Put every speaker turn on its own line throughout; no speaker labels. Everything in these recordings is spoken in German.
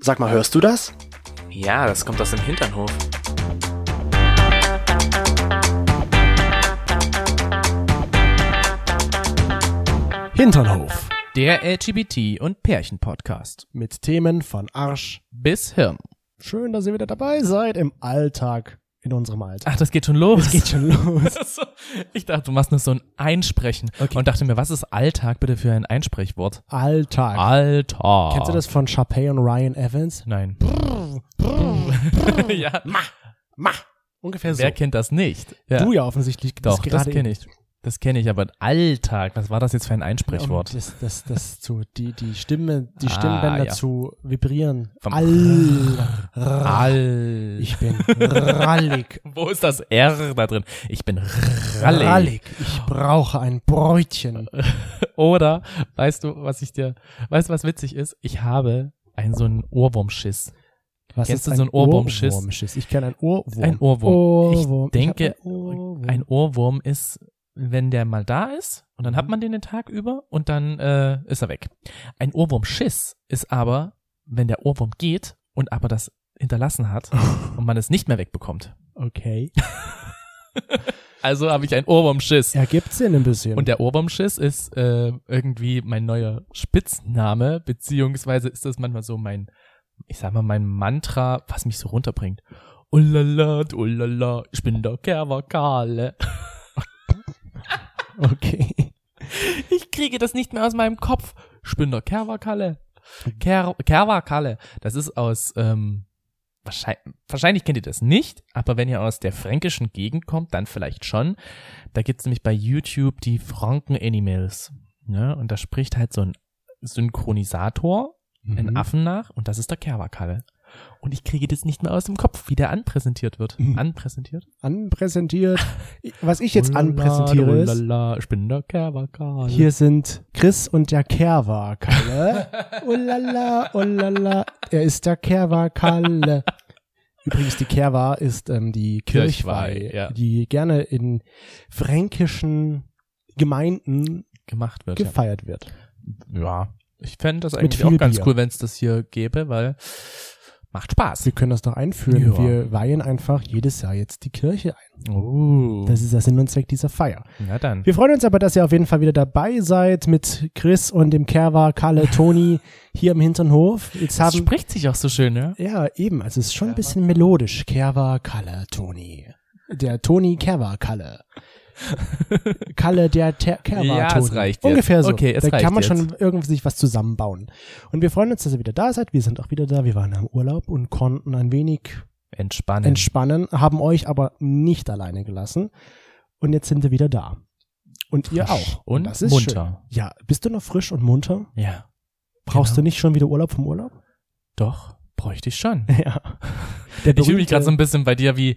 Sag mal, hörst du das?
Ja, das kommt aus dem Hinternhof.
Hinternhof.
Der LGBT- und Pärchen-Podcast.
Mit Themen von Arsch.
Bis Hirn.
Schön, dass ihr wieder dabei seid im Alltag, in unserem Alltag.
Ach, das geht schon los.
Es geht schon los.
So, ich dachte, du machst nur so ein Einsprechen.
Okay.
Und dachte mir, was ist Alltag bitte für ein Einsprechwort?
Alltag.
Ah. Alltag.
Kennst du das von Chapey und Ryan Evans?
Nein. ja.
Mach! Ungefähr so.
Wer kennt das nicht? Ja.
Du ja offensichtlich.
Doch, das kenne ich. Das kenne ich, aber Alltag, was war das jetzt für ein Einsprechwort?
Das, das, das zu, die, die Stimme, die
Ah,
Stimmbänder
ja.
zu vibrieren.
Vom
All.
All.
Ich bin rallig.
Wo ist das R da drin? Ich bin rallig.
Ich brauche ein Brötchen.
Oder, weißt du, was ich dir, weißt du, was witzig ist? Ich habe einen so einen Ohrwurmschiss.
Was ist
Kennst du
ein
so einen Ohrwurmschiss?
Ohrwurmschiss? Ich kenne einen Ohrwurm.
Ein Ohrwurm. Ich
Ohrwurm. hab
denke,
einen Ohrwurm.
Ein Ohrwurm ist, wenn der mal da ist, und dann hat man den den Tag über, und dann äh, ist er weg. Ein Ohrwurmschiss ist aber, wenn der Ohrwurm geht und aber das hinterlassen hat und man es nicht mehr wegbekommt.
okay.
Also habe ich einen Ohrwurmschiss.
Ergibt Sinn ein bisschen.
Und der Ohrwurmschiss ist äh, irgendwie mein neuer Spitzname, beziehungsweise ist das manchmal so mein, ich sag mal, mein Mantra, was mich so runterbringt. Ulala, ulala, ich bin der Kerwakale.
okay.
Ich kriege das nicht mehr aus meinem Kopf. Ich bin der Kerwakale. Ker Kerwakale. Das ist aus, ähm, wahrscheinlich, wahrscheinlich kennt ihr das nicht, aber wenn ihr aus der fränkischen Gegend kommt, dann vielleicht schon. Da gibt's nämlich bei YouTube die Franken-Animals. Ne? Und da spricht halt so ein Synchronisator
Mhm.
einen Affen nach und das ist der Kerwakale. Und ich kriege das nicht mehr aus dem Kopf, wie der anpräsentiert wird.
Mhm.
Anpräsentiert?
Anpräsentiert. Was ich jetzt
Ulala,
anpräsentiere ist,
ulala, Ich bin der Kerwakale.
hier sind Chris und der Kerwakalle. Ulala, ulala. Er ist der Kerwakalle. Übrigens, die Kerwa ist ähm, die
Kirchweih,
Kirchweih,
ja.
die gerne in fränkischen Gemeinden
gemacht wird. ja.
gefeiert wird.
Ja, ich fände das
Mit
eigentlich
viel
auch ganz
Bier.
cool, wenn es das hier gäbe, weil macht Spaß.
Wir können das doch einführen.
Ja.
Wir weihen einfach jedes Jahr jetzt die Kirche ein.
Oh,
Das ist der Sinn und Zweck dieser Feier.
na dann.
Wir freuen uns aber, dass ihr auf jeden Fall wieder dabei seid mit Chris und dem Kerwa, Kalle, Toni hier im Hinternhof. Jetzt
Das
haben
spricht sich auch so schön, ne?
ja eben, also es ist schon ein
Kerwa,
bisschen melodisch. Kerwa, Kalle, Toni. Der Toni Kerwa, Kalle. Kalle, der Ter Kerwa,
Ja, es
Toni.
reicht jetzt.
Ungefähr so.
Okay, es
da
reicht
kann man
jetzt.
schon irgendwie sich was zusammenbauen. Und wir freuen uns, dass ihr wieder da seid. Wir sind auch wieder da. Wir waren im Urlaub und konnten ein wenig
Entspannen.
entspannen, haben euch aber nicht alleine gelassen. Und jetzt sind wir wieder da. Und ihr
Frisch
auch.
und
das ist
munter.
Schön. Ja, bist du noch frisch und munter?
ja,
Brauchst
Genau.
du nicht schon wieder Urlaub vom Urlaub?
doch, bräuchte ich schon.
Ja. Der
Ich fühle mich
berühmte-
gerade so ein bisschen bei dir wie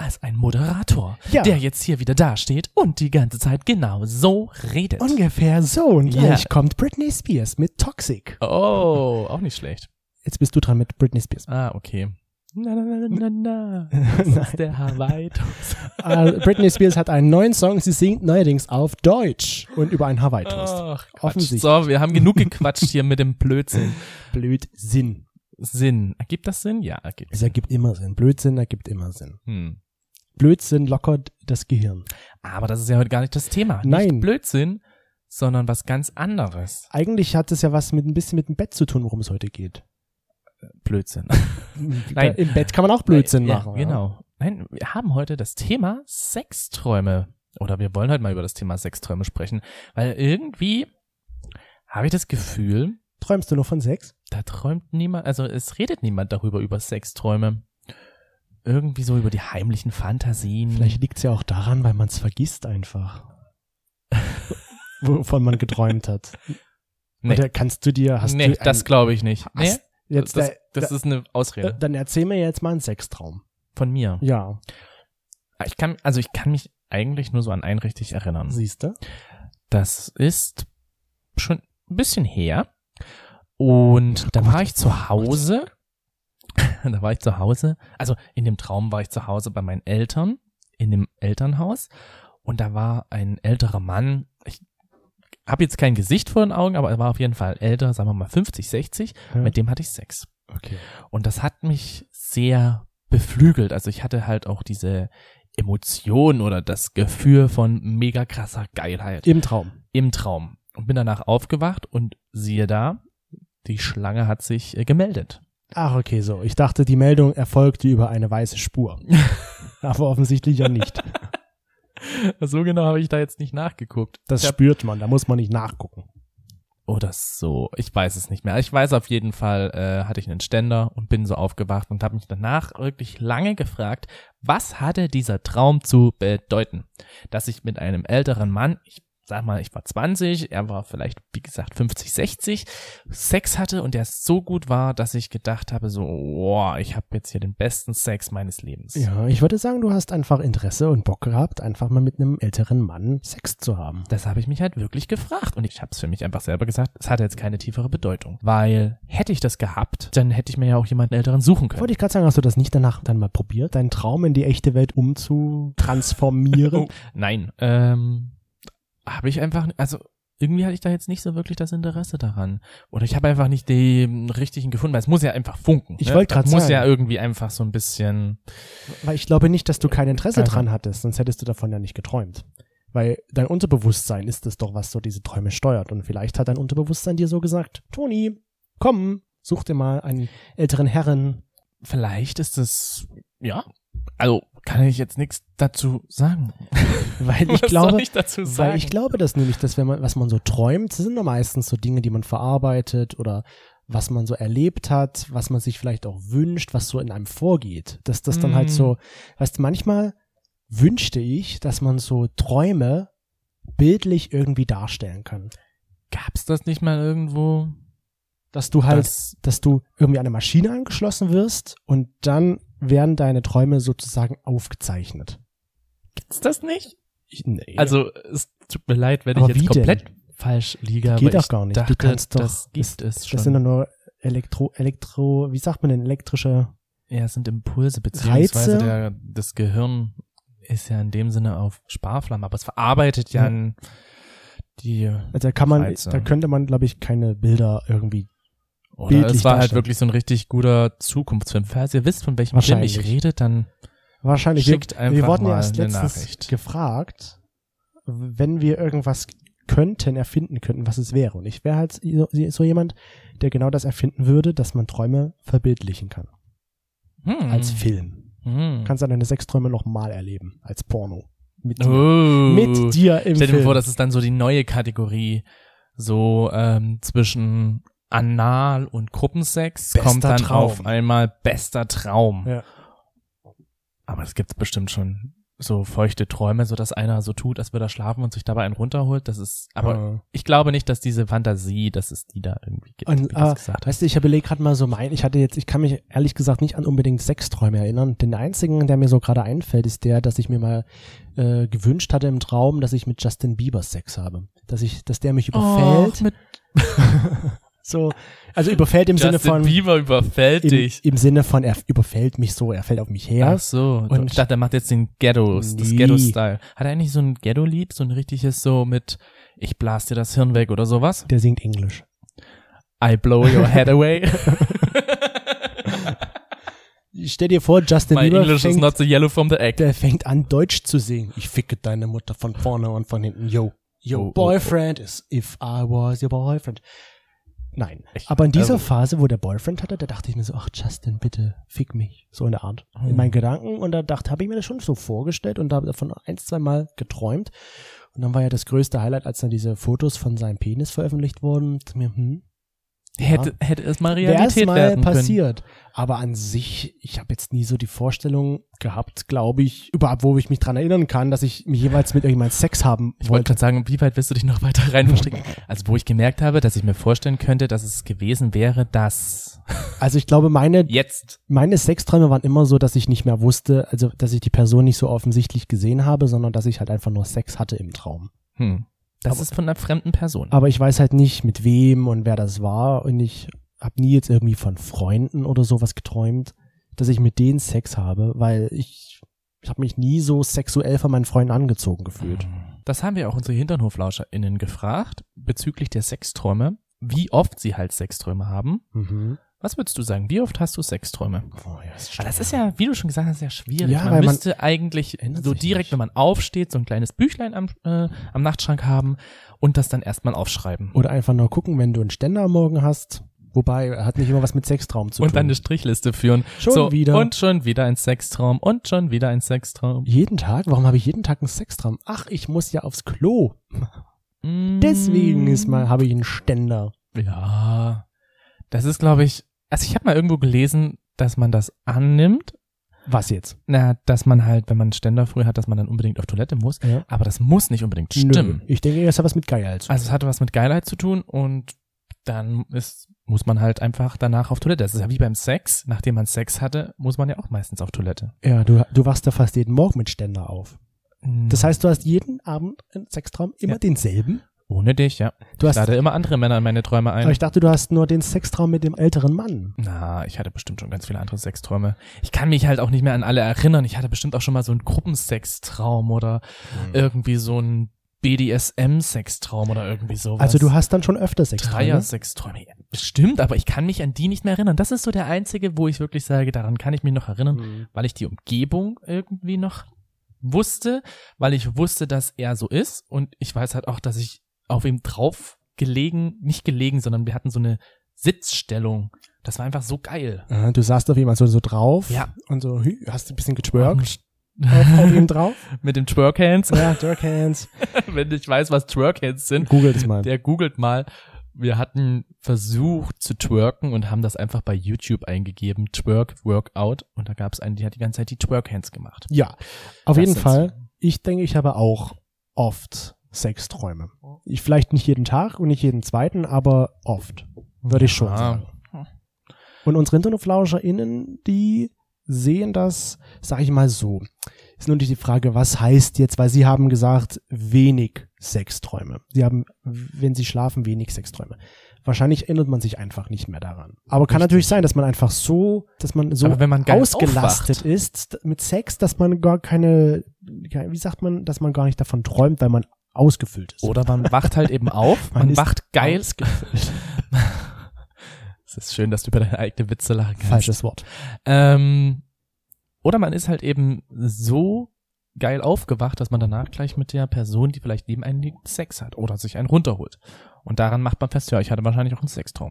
als ein Moderator,
Ja.
der jetzt hier wieder dasteht und die ganze Zeit genau so redet.
Ungefähr so. Und
Ja.
gleich kommt Britney Spears mit Toxic.
oh, auch nicht schlecht.
Jetzt bist du dran mit Britney Spears.
Ah, okay. Na, na, na, na, na, na. Das
Nein.
ist der Hawaii-Toast.
Äh, Britney Spears hat einen neuen Song. Sie singt neuerdings auf Deutsch und über einen Hawaii-Toast.
Ach, Quatsch.
Offensichtlich.
So, wir haben genug gequatscht hier mit dem Blödsinn.
Blödsinn.
Sinn. Ergibt das Sinn? Ja, ergibt.
Es ergibt immer Sinn. Blödsinn ergibt immer Sinn.
Hm.
Blödsinn lockert das Gehirn.
Aber das ist ja heute gar nicht das Thema.
Nein.
Nicht Blödsinn, sondern was ganz anderes.
Eigentlich hat es ja was mit ein bisschen mit dem Bett zu tun, worum es heute geht.
Blödsinn.
Da- Im Bett kann man auch Blödsinn
ja,
machen.
Genau. Nein, wir haben heute das Thema Sexträume. Oder wir wollen heute mal über das Thema Sexträume sprechen. Weil irgendwie habe ich das Gefühl,
Ja. Träumst du nur von Sex?
da träumt niemand, also es redet niemand darüber, über Sexträume. Irgendwie so über die heimlichen Fantasien.
Vielleicht liegt es ja auch daran, weil man es vergisst einfach. Wovon man geträumt hat.
Nee.
Oder kannst du dir, hast
nee,
du
das glaube ich nicht. Nee,
hast jetzt
das,
da-
das
da-
ist eine
äh,
Ausrede
dann erzähl mir jetzt mal einen Sextraum.
von mir.
Ja,
Ich kann, also ich kann mich eigentlich nur so an einen richtig erinnern.
siehst du?
Das ist schon ein bisschen her. Und da war ich zu Hause. Da war ich zu Hause. Also in dem Traum war ich zu Hause bei meinen Eltern, in dem Elternhaus. Und da war ein älterer Mann. Ich habe jetzt kein Gesicht vor den Augen, aber er war auf jeden Fall älter, sagen wir mal 50, 60. Mit dem hatte ich Sex.
Okay.
Und das hat mich sehr beflügelt. Also ich hatte halt auch diese Emotion oder das Gefühl von mega krasser Geilheit
Im Traum.
im Traum und bin danach aufgewacht und siehe da, die Schlange hat sich äh, gemeldet.
Ach, okay, so. Ich dachte, die Meldung erfolgte über eine weiße Spur. Aber offensichtlich ja nicht.
So genau habe ich da jetzt nicht nachgeguckt.
Das
Ja.
spürt man, da muss man nicht nachgucken.
Oder so, ich weiß es nicht mehr. Ich weiß auf jeden Fall, äh, hatte ich einen Ständer und bin so aufgewacht und habe mich danach wirklich lange gefragt, was hatte dieser Traum zu bedeuten? Dass ich mit einem älteren Mann, ich sag mal, ich war 20, er war vielleicht, wie gesagt, 50, 60, Sex hatte und der so gut war, dass ich gedacht habe, so, boah, ich habe jetzt hier den besten Sex meines Lebens.
Ja, ich würde sagen, du hast einfach Interesse und Bock gehabt, einfach mal mit einem älteren Mann Sex zu haben.
Das habe ich mich halt wirklich gefragt. Und ich habe es für mich einfach selber gesagt, es hatte jetzt keine tiefere Bedeutung. Weil hätte ich das gehabt, dann hätte ich mir ja auch jemanden älteren suchen können.
Wollte ich gerade sagen, hast du das nicht danach dann mal probiert, deinen Traum in die echte Welt umzutransformieren?
Oh, nein, ähm, habe ich einfach, also irgendwie hatte ich da jetzt nicht so wirklich das Interesse daran. Oder ich habe einfach nicht den richtigen gefunden, weil es muss ja einfach funken.
Ich
ne?
wollte grad
Es Muss
sagen.
ja irgendwie einfach so ein bisschen,
Weil ich glaube nicht, dass du kein Interesse
Also-
dran hattest, sonst hättest du davon ja nicht geträumt. Weil dein Unterbewusstsein ist es doch, was so diese Träume steuert. Und vielleicht hat dein Unterbewusstsein dir so gesagt, Toni, komm, such dir mal einen älteren Herren.
vielleicht ist es, ja, also kann ich jetzt nichts dazu sagen.
Weil ich
Was soll
glaube,
ich dazu sagen?
weil ich glaube das nämlich, dass wenn man, was man so träumt, das sind doch meistens so Dinge, die man verarbeitet oder was man so erlebt hat, was man sich vielleicht auch wünscht, was so in einem vorgeht. Dass das dann halt
Mm.
so, weißt du, manchmal wünschte ich, dass man so Träume bildlich irgendwie darstellen kann.
Gab's das nicht mal irgendwo?
Dass du halt,
Das-
dass du irgendwie an eine Maschine angeschlossen wirst und dann werden deine Träume sozusagen aufgezeichnet.
Gibt's das nicht?
Ich, nee.
Also, es tut mir leid, wenn
Aber
ich
wie
jetzt
denn?
komplett falsch liege.
Geht
aber
doch
ich
gar nicht. Du
Dachte,
kannst doch-
das gibt es schon.
das sind dann nur Elektro, Elektro, wie sagt man denn, elektrische
ja, es sind Impulse, beziehungsweise
Reize?
der, das Gehirn ist ja in dem Sinne auf Sparflamme, aber es verarbeitet ja,
Ja.
ein- die,
Also da kann man,
Reize.
da könnte man, glaube ich, keine Bilder irgendwie.
oder
Bildlich
es war halt
darstellen.
wirklich so ein richtig guter Zukunftsfilm. Falls ihr wisst, von welchem Film ich
Wahrscheinlich.
rede, dann
Wahrscheinlich.
schickt
wir,
einfach
wir wurden
mal
ja erst
eine
letztens
Nachricht.
gefragt, wenn wir irgendwas könnten, erfinden könnten, was es wäre. Und ich wäre halt so so jemand, der genau das erfinden würde, dass man Träume verbildlichen kann.
Hm.
Als Film.
Hm.
Kannst dann deine sechs Träume nochmal erleben. Als Porno. Mit dir.
Oh.
Mit dir im
Stell dir
Film.
mal vor, das ist dann so die neue Kategorie, so ähm, zwischen Anal und Gruppensex
Bester
kommt dann
Traum.
auf einmal bester Traum.
Ja.
Aber es gibt bestimmt schon so feuchte Träume, so dass einer so tut, als würde er schlafen und sich dabei einen runterholt. Das ist, aber
Ja.
ich glaube nicht, dass diese Fantasie, dass es die da irgendwie gibt,
Und,
wie du es
äh,
gesagt hast.
Weißt du, ich habe gerade mal so mein, ich hatte jetzt, ich kann mich ehrlich gesagt nicht an unbedingt Sexträume erinnern. Den einzigen, der mir so gerade einfällt, ist der, dass ich mir mal äh, gewünscht hatte im Traum, dass ich mit Justin Bieber Sex habe. Dass ich, dass der mich überfällt.
Och, Oh, mit
so, also überfällt im Sinne
Justin
von
Bieber überfällt
im,
dich.
im Sinne von, er überfällt mich so, er fällt auf mich her.
Ach so.
Und-
Und ich dachte, er macht jetzt den Ghettos, das
Nee.
Ghetto-Style. Hat er eigentlich so ein Ghetto-Lied, so ein richtiges so mit Ich blas dir das Hirn weg oder sowas?
Der singt Englisch.
I blow your head away.
Stell dir vor, Justin
My
Bieber
English is
fängt,
not so yellow from the egg.
der fängt an, Deutsch zu singen. Ich ficke deine Mutter von vorne und von hinten. Yo. Your
Oh, oh, oh.
boyfriend is if I was your boyfriend. Nein.
Ich-
Aber in dieser
also-
Phase, wo der Boyfriend hatte, da dachte ich mir so, ach Justin, bitte, fick mich. So eine Art. In
Hm.
meinen Gedanken. Und da dachte, habe ich mir das schon so vorgestellt und habe davon ein, zwei Mal geträumt. Und dann war ja das größte Highlight, als dann diese Fotos von seinem Penis veröffentlicht wurden. Ich dachte mir, hm,
Hätte, hätte es mal
Wär's
Realität
mal
werden können.
passiert. Aber an sich, ich habe jetzt nie so die Vorstellung gehabt, glaube ich, überhaupt, wo ich mich dran erinnern kann, dass ich mich jeweils mit irgendjemandem Sex haben
Ich wollte
wollte.
gerade sagen, wie weit willst du dich noch weiter rein verstricken? Also wo ich gemerkt habe, dass ich mir vorstellen könnte, dass es gewesen wäre, dass
Also ich glaube, meine,
jetzt
meine Sexträume waren immer so, dass ich nicht mehr wusste, also dass ich die Person nicht so offensichtlich gesehen habe, sondern dass ich halt einfach nur Sex hatte im Traum.
hm, das
Aber-
ist von einer fremden Person.
Aber ich weiß halt nicht, mit wem und wer das war. Und ich habe nie jetzt irgendwie von Freunden oder sowas geträumt, dass ich mit denen Sex habe, weil ich, ich habe mich nie so sexuell von meinen Freunden angezogen gefühlt.
Das haben wir auch unsere HinternhoflauscherInnen gefragt bezüglich der Sexträume, wie oft sie halt Sexträume haben.
Mhm.
Was würdest du sagen? Wie oft hast du Sexträume?
Oh, ja, ist
Aber das ist ja, wie du schon gesagt hast, sehr schwierig.
Ja,
man
weil man-
müsste eigentlich
Ändert
so
sich
direkt,
nicht.
wenn man aufsteht, so ein kleines Büchlein am, äh, am Nachtschrank haben und das dann erstmal aufschreiben.
Oder einfach nur gucken, wenn du einen Ständer am Morgen hast. Wobei, er hat nicht immer was mit Sextraum zu
und
tun.
dann eine Strichliste führen.
Schon
so,
wieder.
Und schon wieder ein Sextraum. Und schon wieder ein Sextraum.
jeden Tag? Warum habe ich jeden Tag einen Sextraum? Ach, ich muss ja aufs Klo.
Mm.
Deswegen ist mal, habe ich einen Ständer.
Ja. Das ist, glaube ich, also ich habe mal irgendwo gelesen, dass man das annimmt.
Was jetzt?
Na, dass man halt, wenn man einen Ständer früh hat, dass man dann unbedingt auf Toilette muss.
Ja.
Aber das muss nicht unbedingt stimmen.
Nö. Ich denke, das hat was mit Geil zu tun.
Also es hatte was mit Geilheit zu tun und dann ist, muss man halt einfach danach auf Toilette. Das ist ja wie beim Sex. Nachdem man Sex hatte, muss man ja auch meistens auf Toilette.
Ja, du, du wachst da fast jeden Morgen mit Ständer auf. Das heißt, du hast jeden Abend einen Sextraum, immer
Ja.
denselben.
Ohne dich, ja.
Du
Ich
hast,
lade immer andere Männer in meine Träume
aber
ein.
ich dachte, du hast nur den Sextraum mit dem älteren Mann.
Na, ich hatte bestimmt schon ganz viele andere Sexträume. Ich kann mich halt auch nicht mehr an alle erinnern. Ich hatte bestimmt auch schon mal so einen Gruppensextraum oder irgendwie so einen BDSM-Sextraum oder irgendwie sowas.
Also du hast dann schon öfter Sexträume.
Dreier-Sexträume. Ja, Bestimmt, aber ich kann mich an die nicht mehr erinnern. Das ist so der einzige, wo ich wirklich sage, daran kann ich mich noch erinnern,
Mhm.
weil ich die Umgebung irgendwie noch wusste, weil ich wusste, dass er so ist und ich weiß halt auch, dass ich auf ihm drauf gelegen, nicht gelegen, sondern wir hatten so eine Sitzstellung. Das war einfach so geil.
Ah, Du saßt auf jemanden so, so drauf
Ja.
und so, hü, hast ein bisschen getwerkt auf, auf ihm drauf.
Mit dem Twerk Hands,
Ja, Dirk Hands.
wenn ich weiß, was Twerk Hands sind,
Google das mal.
der googelt mal. Wir hatten versucht zu twerken und haben das einfach bei YouTube eingegeben. Twerk Workout. Und da gab es einen, die hat die ganze Zeit die Twerk Hands gemacht.
Ja, auf
Das
jeden
sind
Fall. Ich denke, ich habe auch oft Sexträume. Ich vielleicht nicht jeden Tag und nicht jeden zweiten, aber oft. Würde ich schon
Ja.
sagen. Und unsere HinternoflauscherInnen, die sehen das, sag ich mal so. Ist nur die Frage, was heißt jetzt, weil sie haben gesagt, wenig Sexträume. Sie haben, wenn sie schlafen, wenig Sexträume. Wahrscheinlich erinnert man sich einfach nicht mehr daran. Aber kann natürlich sein, dass man einfach so, dass man so
Aber wenn man geil
ausgelastet
aufwacht.
ist mit Sex, dass man gar keine, wie sagt man, dass man gar nicht davon träumt, weil man ausgefüllt ist.
Oder man wacht halt eben auf,
Man
man,
ist
wacht geil.
Ausgefüllt.
Es ist schön, dass du über deine eigene Witze lachen kannst.
Falsches Wort.
Ähm, oder man ist halt eben so geil aufgewacht, dass man danach gleich mit der Person, die vielleicht neben einem liegt, Sex hat oder sich einen runterholt. Und daran macht man fest, ja, ich hatte wahrscheinlich auch einen Sextraum.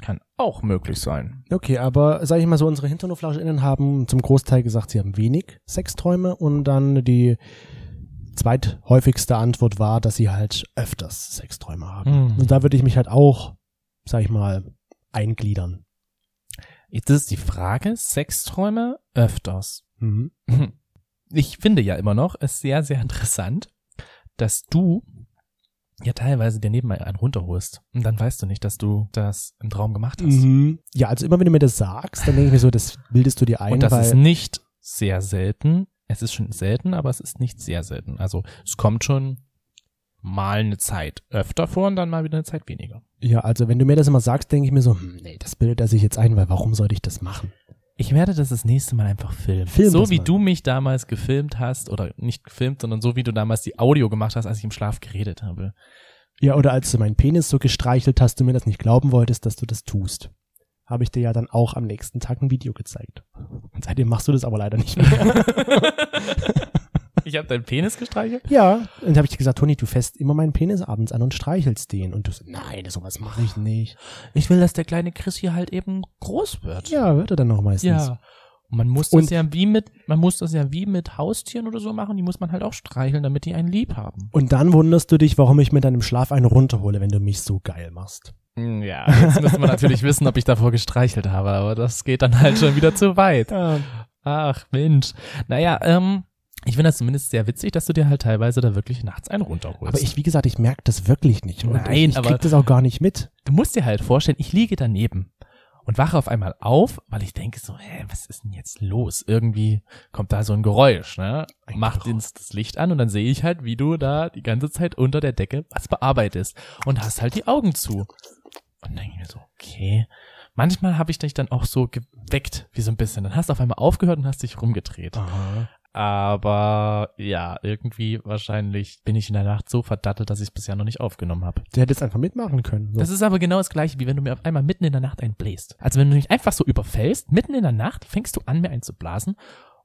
Kann auch möglich sein.
Okay, aber sage ich mal so, unsere HinternoflauschInnen haben zum Großteil gesagt, sie haben wenig Sexträume und dann die zweithäufigste Antwort war, dass sie halt öfters Sexträume haben.
Hm.
Und da würde ich mich halt auch, sag ich mal, eingliedern.
Jetzt ist die Frage, Sexträume öfters.
Mhm.
Ich finde ja immer noch, es sehr, sehr interessant, dass du ja teilweise dir nebenbei einen runterholst. Und dann weißt du nicht, dass du das im Traum gemacht hast.
Mhm. Ja, also immer wenn du mir das sagst, dann denke ich mir so, das bildest du dir ein,
Und das ist
weil
nicht sehr selten. Es ist schon selten, aber es ist nicht sehr selten. Also es kommt schon mal eine Zeit öfter vor und dann mal wieder eine Zeit weniger.
ja, also wenn du mir das immer sagst, denke ich mir so, hm, nee, das bildet er sich jetzt ein, weil warum sollte ich das machen?
Ich werde das das nächste Mal einfach filmen.
Film
so
das
wie
mal.
du mich damals gefilmt hast, oder nicht gefilmt, sondern so wie du damals die Audio gemacht hast, als ich im Schlaf geredet habe.
Ja, oder als du meinen Penis so gestreichelt hast, du mir das nicht glauben wolltest, dass du das tust. Habe ich dir ja dann auch am nächsten Tag ein Video gezeigt. Und seitdem machst du das aber leider nicht mehr.
Ich habe deinen Penis gestreichelt?
ja, und dann habe ich dir gesagt, Toni, du fässt immer meinen Penis abends an und streichelst den. Und du so, nein, sowas mache ich nicht.
Ich will, dass der kleine Chris hier halt eben groß wird.
Ja, wird er dann noch meistens.
Ja. Und man muss das
Und-
ja wie mit, man muss das ja wie mit Haustieren oder so machen, die muss man halt auch streicheln, damit die einen lieb haben.
Und dann wunderst du dich, warum ich mit deinem Schlaf einen runterhole, wenn du mich so geil machst.
Ja, jetzt müsste man natürlich wissen, ob ich davor gestreichelt habe, aber das geht dann halt schon wieder zu weit.
Ja.
Ach, Mensch. Naja, ähm, ich finde das zumindest sehr witzig, dass du dir halt teilweise da wirklich nachts einen runterholst.
Aber ich, wie gesagt, ich merke das wirklich nicht. Und ich,
Nein,
ich
aber-
krieg das auch gar nicht mit.
du musst dir halt vorstellen, ich liege daneben und wache auf einmal auf, weil ich denke so, hä, was ist denn jetzt los? Irgendwie kommt da so ein Geräusch, ne?
Ein
Macht
Geräusch.
ins, das Licht an und dann sehe ich halt, wie du da die ganze Zeit unter der Decke was bearbeitest und hast halt die Augen zu. Und denke ich mir so, okay. Manchmal habe ich dich dann auch so geweckt, wie so ein bisschen. Dann hast du auf einmal aufgehört und hast dich rumgedreht. Aber ja, irgendwie wahrscheinlich bin ich in der Nacht so verdattelt, dass ich es bisher noch nicht aufgenommen habe.
Der hätte jetzt einfach mitmachen können. So.
Das ist aber genau das gleiche, wie wenn du mir auf einmal mitten in der Nacht einbläst. Also wenn du mich einfach so überfällst, mitten in der Nacht fängst du an, mir einzublasen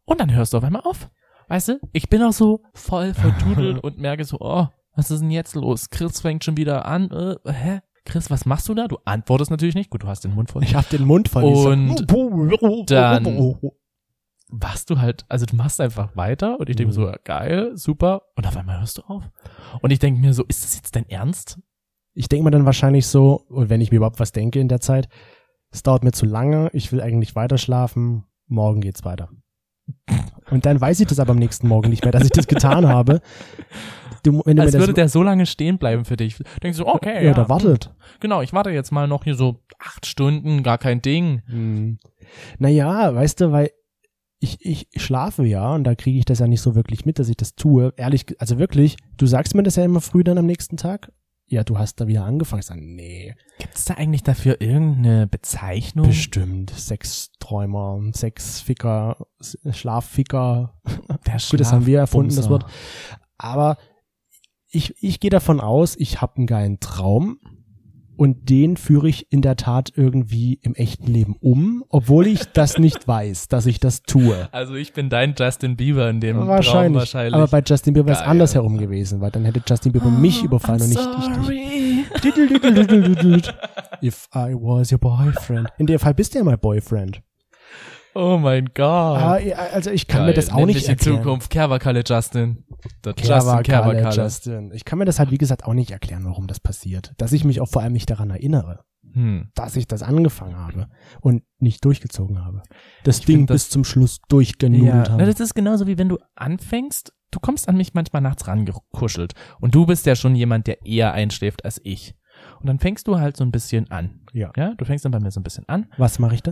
und dann hörst du auf einmal auf. Weißt du, ich bin auch so voll vertudelt und merke so, oh, was ist denn jetzt los? Chris fängt schon wieder an. Äh, hä? Chris, was machst du da? Du antwortest natürlich nicht. Gut, du hast den Mund voll.
ich hab den Mund voll.
Und
so,
dann- machst du halt, also du machst einfach weiter und ich denke mir so,
Mhm.
ja, geil, super. Und auf einmal hörst du auf. Und ich denke mir so, ist das jetzt dein Ernst?
ich denke mir dann wahrscheinlich so, und wenn ich mir überhaupt was denke in der Zeit, es dauert mir zu lange, ich will eigentlich weiter schlafen, morgen geht's weiter. Und dann weiß ich das aber am nächsten Morgen nicht mehr, dass ich das getan habe. Du, wenn du
Als
mir
würde
das,
der so lange stehen bleiben für dich. Denkst du, okay,
ja,
ja,
da wartet.
genau, ich warte jetzt mal noch hier so acht Stunden, gar kein Ding.
Hm. Naja, weißt du, weil ich, ich schlafe ja und da kriege ich das ja nicht so wirklich mit, dass ich das tue. Ehrlich, ge- also wirklich, du sagst mir das ja immer früh dann am nächsten Tag. Ja, du hast da wieder angefangen. Ich sage, nee,
Gibt es da eigentlich dafür irgendeine Bezeichnung?
bestimmt. Sexträumer, Sexficker, S- Schlafficker,
der
Gut, das haben wir erfunden, das Wort.
Schlafbumser.
Aber ich, ich gehe davon aus, ich habe einen geilen Traum und den führe ich in der Tat irgendwie im echten Leben um, obwohl ich das nicht weiß, dass ich das tue.
Also ich bin dein Justin Bieber in dem Traum
Wahrscheinlich.
wahrscheinlich.
Aber bei Justin Bieber ist
Geil. Oh,
andersherum gewesen, weil dann hätte Justin Bieber mich überfallen
Ah, I'm
und nicht
sorry.
ich dich. If I was your boyfriend. In dem Fall bist du ja mein Boyfriend.
Oh mein Gott.
Ah, ja, also ich kann
Geil.
mir das auch
Nenn
nicht
dich in
erklären.
Zukunft Kerberkalle Justin. Der
Justin,
Justin Kerberkalle.
Justin. Ich kann mir das halt, wie gesagt, auch nicht erklären, warum das passiert. Dass ich mich auch vor allem nicht daran erinnere,
Hm.
dass ich das angefangen habe und nicht durchgezogen habe. Das Ding
find das-
bis zum Schluss durchgenudelt
na,
habe.
das ist genauso wie wenn du anfängst, du kommst an mich manchmal nachts rangekuschelt und du bist ja schon jemand, der eher einschläft als ich. Und dann fängst du halt so ein bisschen an.
Ja.
Ja, du fängst dann bei mir so ein bisschen an.
Was mache ich da?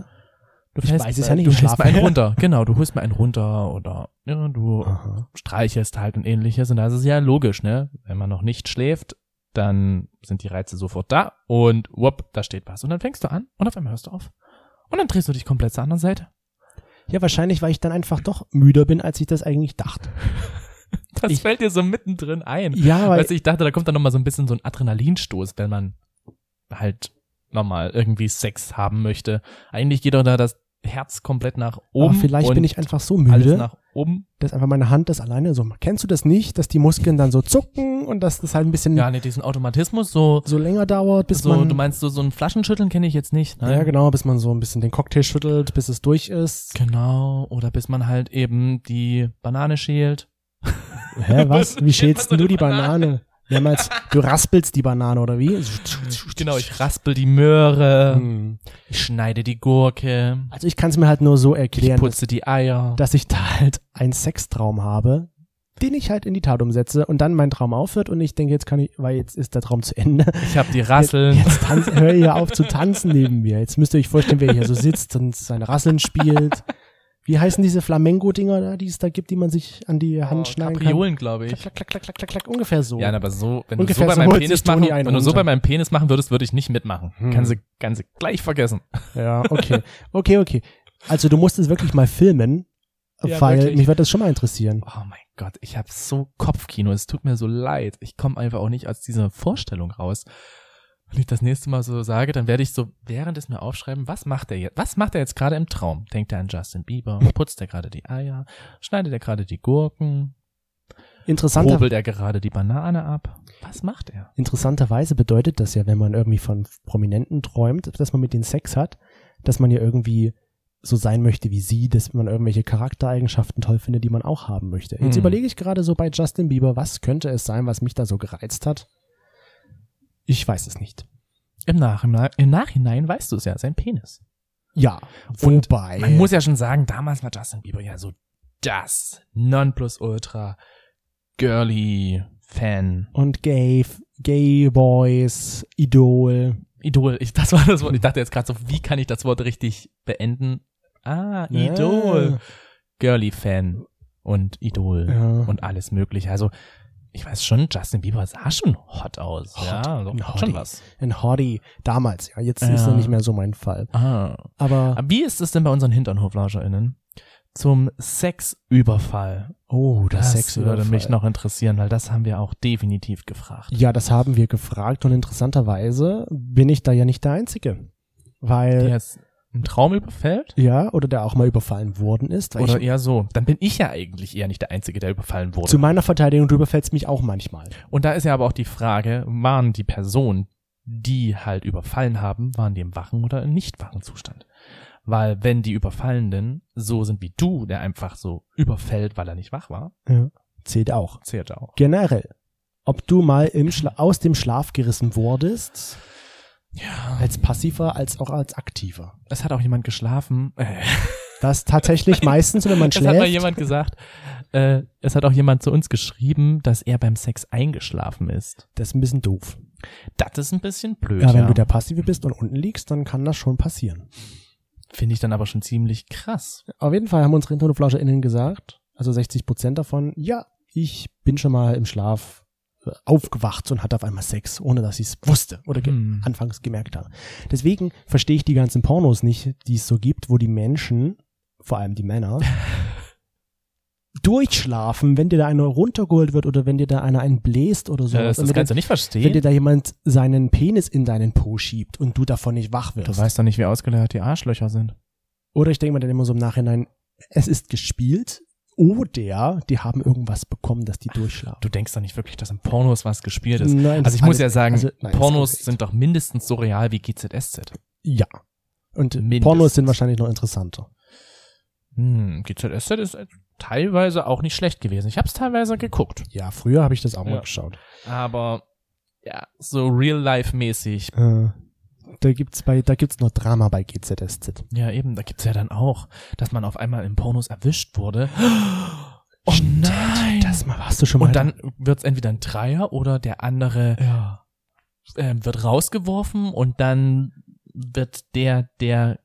Du
Ich
fällst-
weiß es ja Ah. nicht,
Du
ich
hältst mir
schlafe.
einen runter. Genau, du holst mir einen runter oder ja, du
Aha.
streichelst halt und ähnliches. Und da ist es ja logisch, ne? Wenn man noch nicht schläft, dann sind die Reize sofort da und wupp, da steht was. Und dann fängst du an und auf einmal hörst du auf. Und dann drehst du dich komplett zur anderen Seite.
Ja, wahrscheinlich, weil ich dann einfach doch müder bin, als ich das eigentlich dachte.
Das
Ich-
fällt dir so mittendrin ein.
Ja, weil
Weißt du, ich dachte, da kommt dann nochmal so ein bisschen so ein Adrenalinstoß, wenn man halt nochmal irgendwie Sex haben möchte. Eigentlich geht doch da das Herz komplett nach
aber
oben.
vielleicht
und
bin ich einfach so
alles
müde,
nach oben.
dass einfach meine Hand das alleine so macht. Kennst du das nicht, dass die Muskeln dann so zucken und dass das halt ein bisschen
Ja, nee, diesen Automatismus, so,
so länger dauert, bis
so
man
du meinst so, so ein Flaschenschütteln kenne ich jetzt nicht. Ne?
ja genau, bis man so ein bisschen den Cocktail schüttelt, bis es durch ist.
Genau, oder bis man halt eben die Banane schält.
Hä, was? Wie
Wie
schälst
schält
denn
man so
du
eine
die Banane? Mehrmals, du raspelst die Banane, oder wie?
Genau, ich raspel die Möhre,
Hm.
ich schneide die Gurke,
Also ich kann es mir halt nur so
ich
erklären, dass,
putze die Eier.
dass ich da halt einen Sextraum habe, den ich halt in die Tat umsetze und dann mein Traum aufhört und ich denke, jetzt kann ich, weil jetzt ist der Traum zu Ende.
Ich hab die Rasseln.
Jetzt tanz, hör hier auf zu tanzen neben mir. Jetzt müsst ihr euch vorstellen, wer hier so sitzt und sein Rasseln spielt. Wie heißen diese Flamengo-Dinger da, die es da gibt, die man sich an die Hand
Oh,
schneiden
Kapriolen, glaube
kann?
ich.
Klack, klack, klack, klack, klack, klack, ungefähr so.
Ja, na, aber so, wenn
Ungefähr
du so
so
bei meinem
holt
Penis
sich Toni
machen,
einen
wenn du so
runter.
bei meinem Penis machen würdest, würde ich nicht mitmachen.
Hm.
Kannst du, kannst du gleich vergessen.
Ja, okay. Okay, okay. Also du musst es wirklich mal filmen,
Ja,
weil
wirklich.
mich wird das schon mal interessieren.
Oh mein Gott, ich habe so Kopfkino. Es tut mir so leid. Ich komme einfach auch nicht aus dieser Vorstellung raus. Wenn ich das nächste Mal so sage, dann werde ich so während es mir aufschreiben, was macht er jetzt? Was macht er jetzt gerade im Traum? Denkt er an Justin Bieber? Putzt er gerade die Eier? Schneidet er gerade die Gurken?
Interessanter,
Hobelt er gerade die Banane ab? Was macht er?
interessanterweise bedeutet das ja, wenn man irgendwie von Prominenten träumt, dass man mit denen Sex hat, dass man ja irgendwie so sein möchte wie sie, dass man irgendwelche Charaktereigenschaften toll findet, die man auch haben möchte. Jetzt
Hm.
überlege ich gerade so bei Justin Bieber, was könnte es sein, was mich da so gereizt hat? Ich weiß es nicht.
Im Nachhinein, im Nachhinein weißt du es ja, sein Penis.
Ja,
Und
wobei.
Man muss ja schon sagen, damals war Justin Bieber ja so das Nonplusultra girly Fan
und Gay, Gay Boys, Idol.
Idol. Ich, das war das Wort. Ich dachte jetzt gerade so, wie kann ich das Wort richtig beenden? Ah, Idol. girly Fan und Idol
Ja.
und alles mögliche. Also ich weiß schon, Justin Bieber sah schon hot aus.
Hot.
Ja, so,
Ein
hat schon
Hottie.
was.
Ein Hottie. Damals, ja. Jetzt
Ja.
ist er nicht mehr so mein Fall.
Ah.
Aber
Aber Wie ist es denn bei unseren Hinternhoflauscherinnen? zum Sexüberfall.
Oh, der
Das
Sexüberfall.
würde mich noch interessieren, weil das haben wir auch definitiv gefragt.
Ja, das haben wir gefragt und interessanterweise bin ich da ja nicht der Einzige. Weil,
Der ist ein Traum überfällt?
ja, oder der auch mal überfallen worden ist. Weil
Oder
ich,
eher so. Dann bin ich ja eigentlich eher nicht der Einzige, der überfallen wurde.
zu meiner Verteidigung, du überfällst mich auch manchmal.
Und da ist ja aber auch die Frage, waren die Personen, die halt überfallen haben, waren die im wachen oder im nicht wachen Zustand? Weil wenn die Überfallenden so sind wie du, der einfach so überfällt, weil er nicht wach war,
Zählt auch.
zählt er auch.
Generell. Ob du mal im Schla aus dem Schlaf gerissen wurdest,
Ja.
als passiver als auch als aktiver.
Es hat auch jemand geschlafen. Äh,
Das tatsächlich meistens, wenn man
Es hat mal
schläft.
jemand gesagt, äh, es hat auch jemand zu uns geschrieben, dass er beim Sex eingeschlafen ist.
Das ist ein bisschen doof.
Das ist ein bisschen blöd.
Ja, wenn
ja.
du der Passive bist und unten liegst, dann kann das schon passieren.
Finde ich dann aber schon ziemlich krass.
Auf jeden Fall haben unsere HinternoflauscherInnen gesagt, also 60 Prozent davon, ja, ich bin schon mal im Schlaf äh, aufgewacht und hatte auf einmal Sex, ohne dass ich es wusste oder ge
Hm.
anfangs gemerkt habe. Deswegen verstehe ich die ganzen Pornos nicht, die es so gibt, wo die Menschen, vor allem die Männer, durchschlafen, wenn dir da einer runtergeholt wird oder wenn dir da einer einen bläst oder
Äh,
sowas.
das
Und wenn
kannst du
dir-
nicht
wenn dir
verstehen.
da jemand seinen Penis in deinen Po schiebt und du davon nicht wach wirst.
Du weißt doch nicht, wie ausgeleiert die Arschlöcher sind.
Oder ich denke mir dann immer so im Nachhinein, es ist gespielt oder die haben irgendwas bekommen, dass die durchschlafen.
Du denkst doch nicht wirklich, dass in Pornos was gespielt ist.
Nein, das
also
ist
ich muss
alles-
ja sagen,
also, nein, das
Pornos
ist
sind doch mindestens so real wie GZSZ.
Ja. Und
Mindestens.
Pornos sind wahrscheinlich noch interessanter.
Hm, GZSZ ist äh, teilweise auch nicht schlecht gewesen. Ich habe es teilweise geguckt.
Ja, früher habe ich das auch mal
Ja.
geschaut.
Aber ja, so real-life-mäßig.
Äh, da gibt's bei, da gibt's noch Drama bei GZSZ.
Ja, eben, da gibt's ja dann auch, dass man auf einmal in Pornos erwischt wurde. Oh nein!
Das mal warst du schon mal.
Und dann wird's entweder ein Dreier oder der andere
ja.
ähm, wird rausgeworfen und dann wird der, der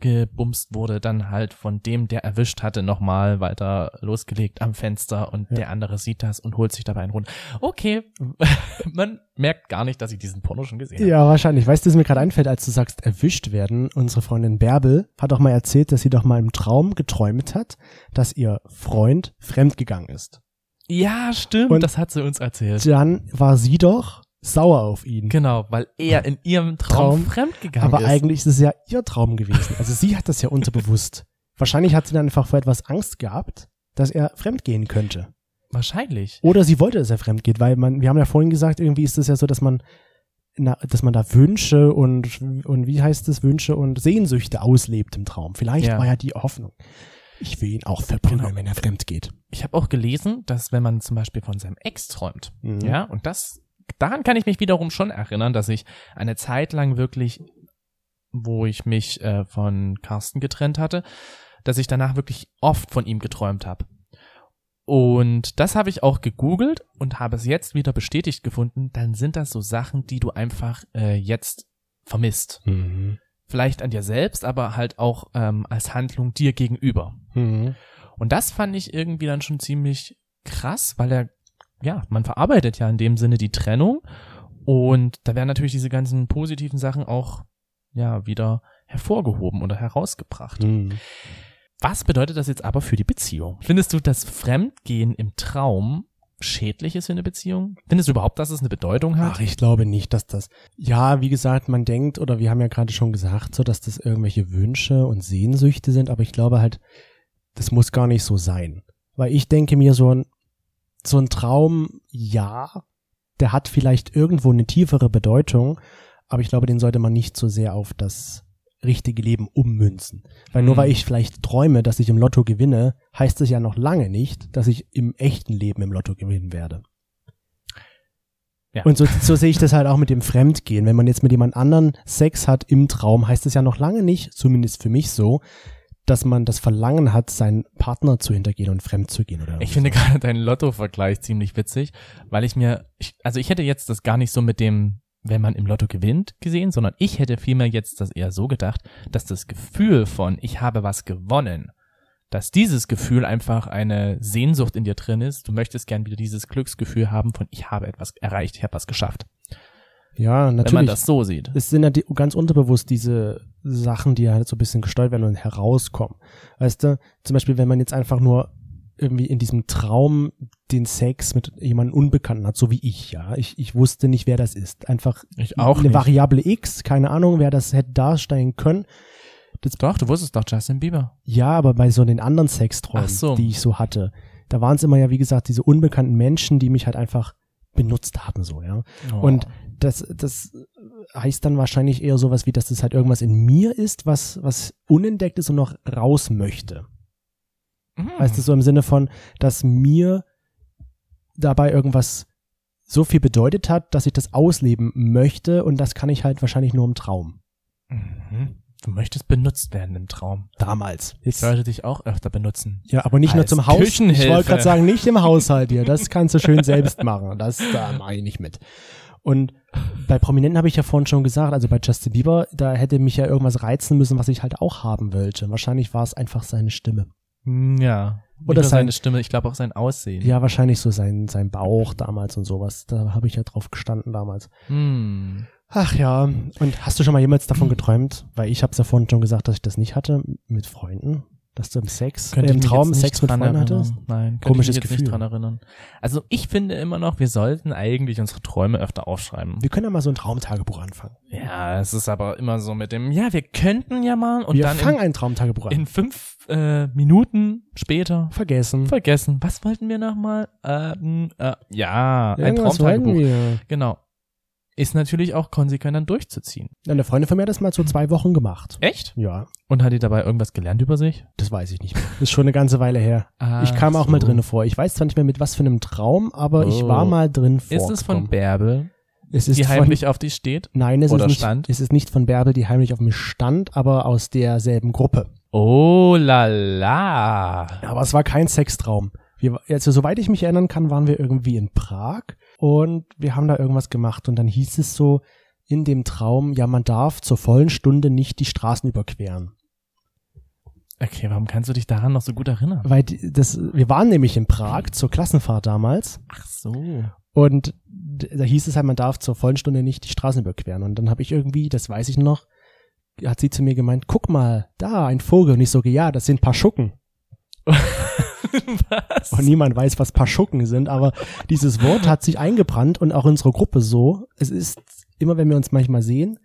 gebumst wurde, dann halt von dem, der erwischt hatte, nochmal weiter losgelegt am Fenster und
Ja.
der andere sieht das und holt sich dabei einen runter. Okay, man merkt gar nicht, dass ich diesen Porno schon gesehen habe.
ja, wahrscheinlich. Weißt du, was mir gerade einfällt, als du sagst, erwischt werden? Unsere Freundin Bärbel hat doch mal erzählt, dass sie doch mal im Traum geträumt hat, dass ihr Freund fremdgegangen ist.
Ja, stimmt,
Und-
das hat sie uns erzählt.
Also dann war sie doch sauer auf ihn.
Genau, weil er in ihrem Traum,
Traum,
fremdgegangen
Aber
ist.
eigentlich ist es ja ihr Traum gewesen. Also sie hat das ja unterbewusst. Wahrscheinlich hat sie dann einfach vor etwas Angst gehabt, dass er fremdgehen könnte.
Wahrscheinlich.
Oder sie wollte, dass er fremdgeht, weil man, wir haben ja vorhin gesagt, irgendwie ist es ja so, dass man, na, dass man da Wünsche und, und wie heißt es, Wünsche und Sehnsüchte auslebt im Traum. Vielleicht
Ja.
war ja die Hoffnung. Ich will ihn auch verprügeln,
Genau.
wenn er fremdgeht.
Ich habe auch gelesen, dass wenn man zum Beispiel von seinem Ex träumt,
Mhm.
Ja, und das, daran kann ich mich wiederum schon erinnern, dass ich eine Zeit lang wirklich, wo ich mich äh, von Carsten getrennt hatte, dass ich danach wirklich oft von ihm geträumt habe. Und das habe ich auch gegoogelt und habe es jetzt wieder bestätigt gefunden, dann sind das so Sachen, die du einfach äh, jetzt vermisst.
Mhm.
Vielleicht an dir selbst, aber halt auch ähm, als Handlung dir gegenüber.
Mhm.
Und das fand ich irgendwie dann schon ziemlich krass, weil er, ja, man verarbeitet ja in dem Sinne die Trennung und da werden natürlich diese ganzen positiven Sachen auch, ja, wieder hervorgehoben oder herausgebracht.
Mhm.
Was bedeutet das jetzt aber für die Beziehung? Findest du, dass Fremdgehen im Traum schädlich ist für eine Beziehung? Findest du überhaupt, dass es eine Bedeutung hat?
Ach, ich glaube nicht, dass das. Ja, wie gesagt, man denkt, oder wir haben ja gerade schon gesagt, so, dass das irgendwelche Wünsche und Sehnsüchte sind, aber ich glaube halt, das muss gar nicht so sein. Weil ich denke mir, so ein, so ein Traum, ja, der hat vielleicht irgendwo eine tiefere Bedeutung, aber ich glaube, den sollte man nicht so sehr auf das richtige Leben ummünzen. Weil nur
Hm.
weil ich vielleicht träume, dass ich im Lotto gewinne, heißt es ja noch lange nicht, dass ich im echten Leben im Lotto gewinnen werde.
Ja.
Und so, so sehe ich das halt auch mit dem Fremdgehen. Wenn man jetzt mit jemand anderen Sex hat im Traum, heißt es ja noch lange nicht, zumindest für mich so, dass man das Verlangen hat, seinen Partner zu hintergehen und fremd zu gehen. Oder
Ich finde gerade deinen Lotto-Vergleich ziemlich witzig, weil ich mir, ich, also ich hätte jetzt das gar nicht so mit dem, wenn man im Lotto gewinnt, gesehen, sondern ich hätte vielmehr jetzt das eher so gedacht, dass das Gefühl von, ich habe was gewonnen, dass dieses Gefühl einfach eine Sehnsucht in dir drin ist. Du möchtest gern wieder dieses Glücksgefühl haben von, ich habe etwas erreicht, ich habe was geschafft.
Ja, natürlich.
wenn man das so sieht.
es sind ja die, ganz unterbewusst diese Sachen, die halt so ein bisschen gesteuert werden und herauskommen. Weißt du, zum Beispiel, wenn man jetzt einfach nur irgendwie in diesem Traum den Sex mit jemandem Unbekannten hat, so wie ich, ja. Ich, ich wusste nicht, wer das ist. Einfach
Ich auch
eine
nicht.
Variable X, keine Ahnung, wer das hätte darstellen können.
Doch, du wusstest doch Justin Bieber.
Ja, aber bei so den anderen Sexträumen,
Ach so.
die ich so hatte, da waren es immer ja, wie gesagt, diese unbekannten Menschen, die mich halt einfach benutzt haben, so, ja.
Oh.
Und das, das heißt dann wahrscheinlich eher sowas wie, dass das halt irgendwas in mir ist, was, was unentdeckt ist und noch raus möchte.
Mhm. Hm.
Heißt es so im Sinne von, dass mir dabei irgendwas so viel bedeutet hat, dass ich das ausleben möchte und das kann ich halt wahrscheinlich nur im Traum.
Mhm. Du möchtest benutzt werden im Traum.
Damals.
Ich
Jetzt,
sollte dich auch öfter benutzen.
ja, aber nicht nur
Als
zum Haus. Ich
Küchenhilfe.
wollte gerade sagen, nicht im Haushalt hier. Das kannst du schön selbst machen. Das da mache ich nicht mit. Und bei Prominenten habe ich ja vorhin schon gesagt, also bei Justin Bieber, da hätte mich ja irgendwas reizen müssen, was ich halt auch haben wollte. Wahrscheinlich war es einfach seine Stimme.
Hm, Ja.
Oder
Oder
sein-
seine Stimme, ich glaube auch sein Aussehen.
Ja, wahrscheinlich so sein, sein Bauch damals und sowas. Da habe ich ja drauf gestanden damals.
Hm.
Ach ja, und hast du schon mal jemals davon geträumt? Weil ich habe es ja vorhin schon gesagt, dass ich das nicht hatte mit Freunden, dass du im Sex, äh, im
mich
Traum
jetzt nicht
Sex mit
dran
Freunden hattest.
erinnern. Nein, könnte
Komisches
ich mich jetzt
Gefühl.
nicht dran erinnern. Also ich finde immer noch, wir sollten eigentlich unsere Träume öfter aufschreiben.
Wir können ja mal so ein Traumtagebuch anfangen.
Ja, es ist aber immer so mit dem, ja, wir könnten ja mal und
Wir
dann
fangen
in,
ein Traumtagebuch an.
in fünf äh, Minuten später
Vergessen.
vergessen. Was wollten wir nochmal? Ähm, äh, ja, ein
Irgendwas wollten
Traumtagebuch.
wir.
Genau. Ist natürlich auch konsequent dann durchzuziehen.
Eine Freundin von mir hat das mal so zwei Wochen gemacht.
Echt?
Ja,
Und hat ihr dabei irgendwas gelernt über sich?
das weiß ich nicht mehr. Ist schon eine ganze Weile her.
Ah,
ich kam auch mal
so.
drinne vor. Ich weiß zwar nicht mehr mit was für einem Traum, aber ich
Oh.
war mal drin
Ist es von
vorgekommen.
Bärbel,
Es ist
die
von
heimlich auf dich steht?
Nein, es
Oder
ist, nicht,
stand?
es ist nicht von Bärbel, die heimlich auf mich stand, aber aus derselben Gruppe.
Oh la la.
Aber es war kein Sextraum. Wir, also, soweit ich mich erinnern kann, waren wir irgendwie in Prag und wir haben da irgendwas gemacht und dann hieß es so in dem Traum, ja, man darf zur vollen Stunde nicht die Straßen überqueren.
Okay, warum kannst du dich daran noch so gut erinnern?
Weil die- das, wir waren nämlich in Prag zur Klassenfahrt damals
Ach so.
und d- da hieß es halt, man darf zur vollen Stunde nicht die Straßen überqueren. Und dann habe ich irgendwie, das weiß ich noch, hat sie zu mir gemeint, guck mal, da, ein Vogel. Und ich so, ja, das sind Paschucken.
Was?
Und niemand weiß, was Paschucken sind, aber dieses Wort hat sich eingebrannt und auch in unserer Gruppe so. Es ist immer, wenn wir uns manchmal sehen,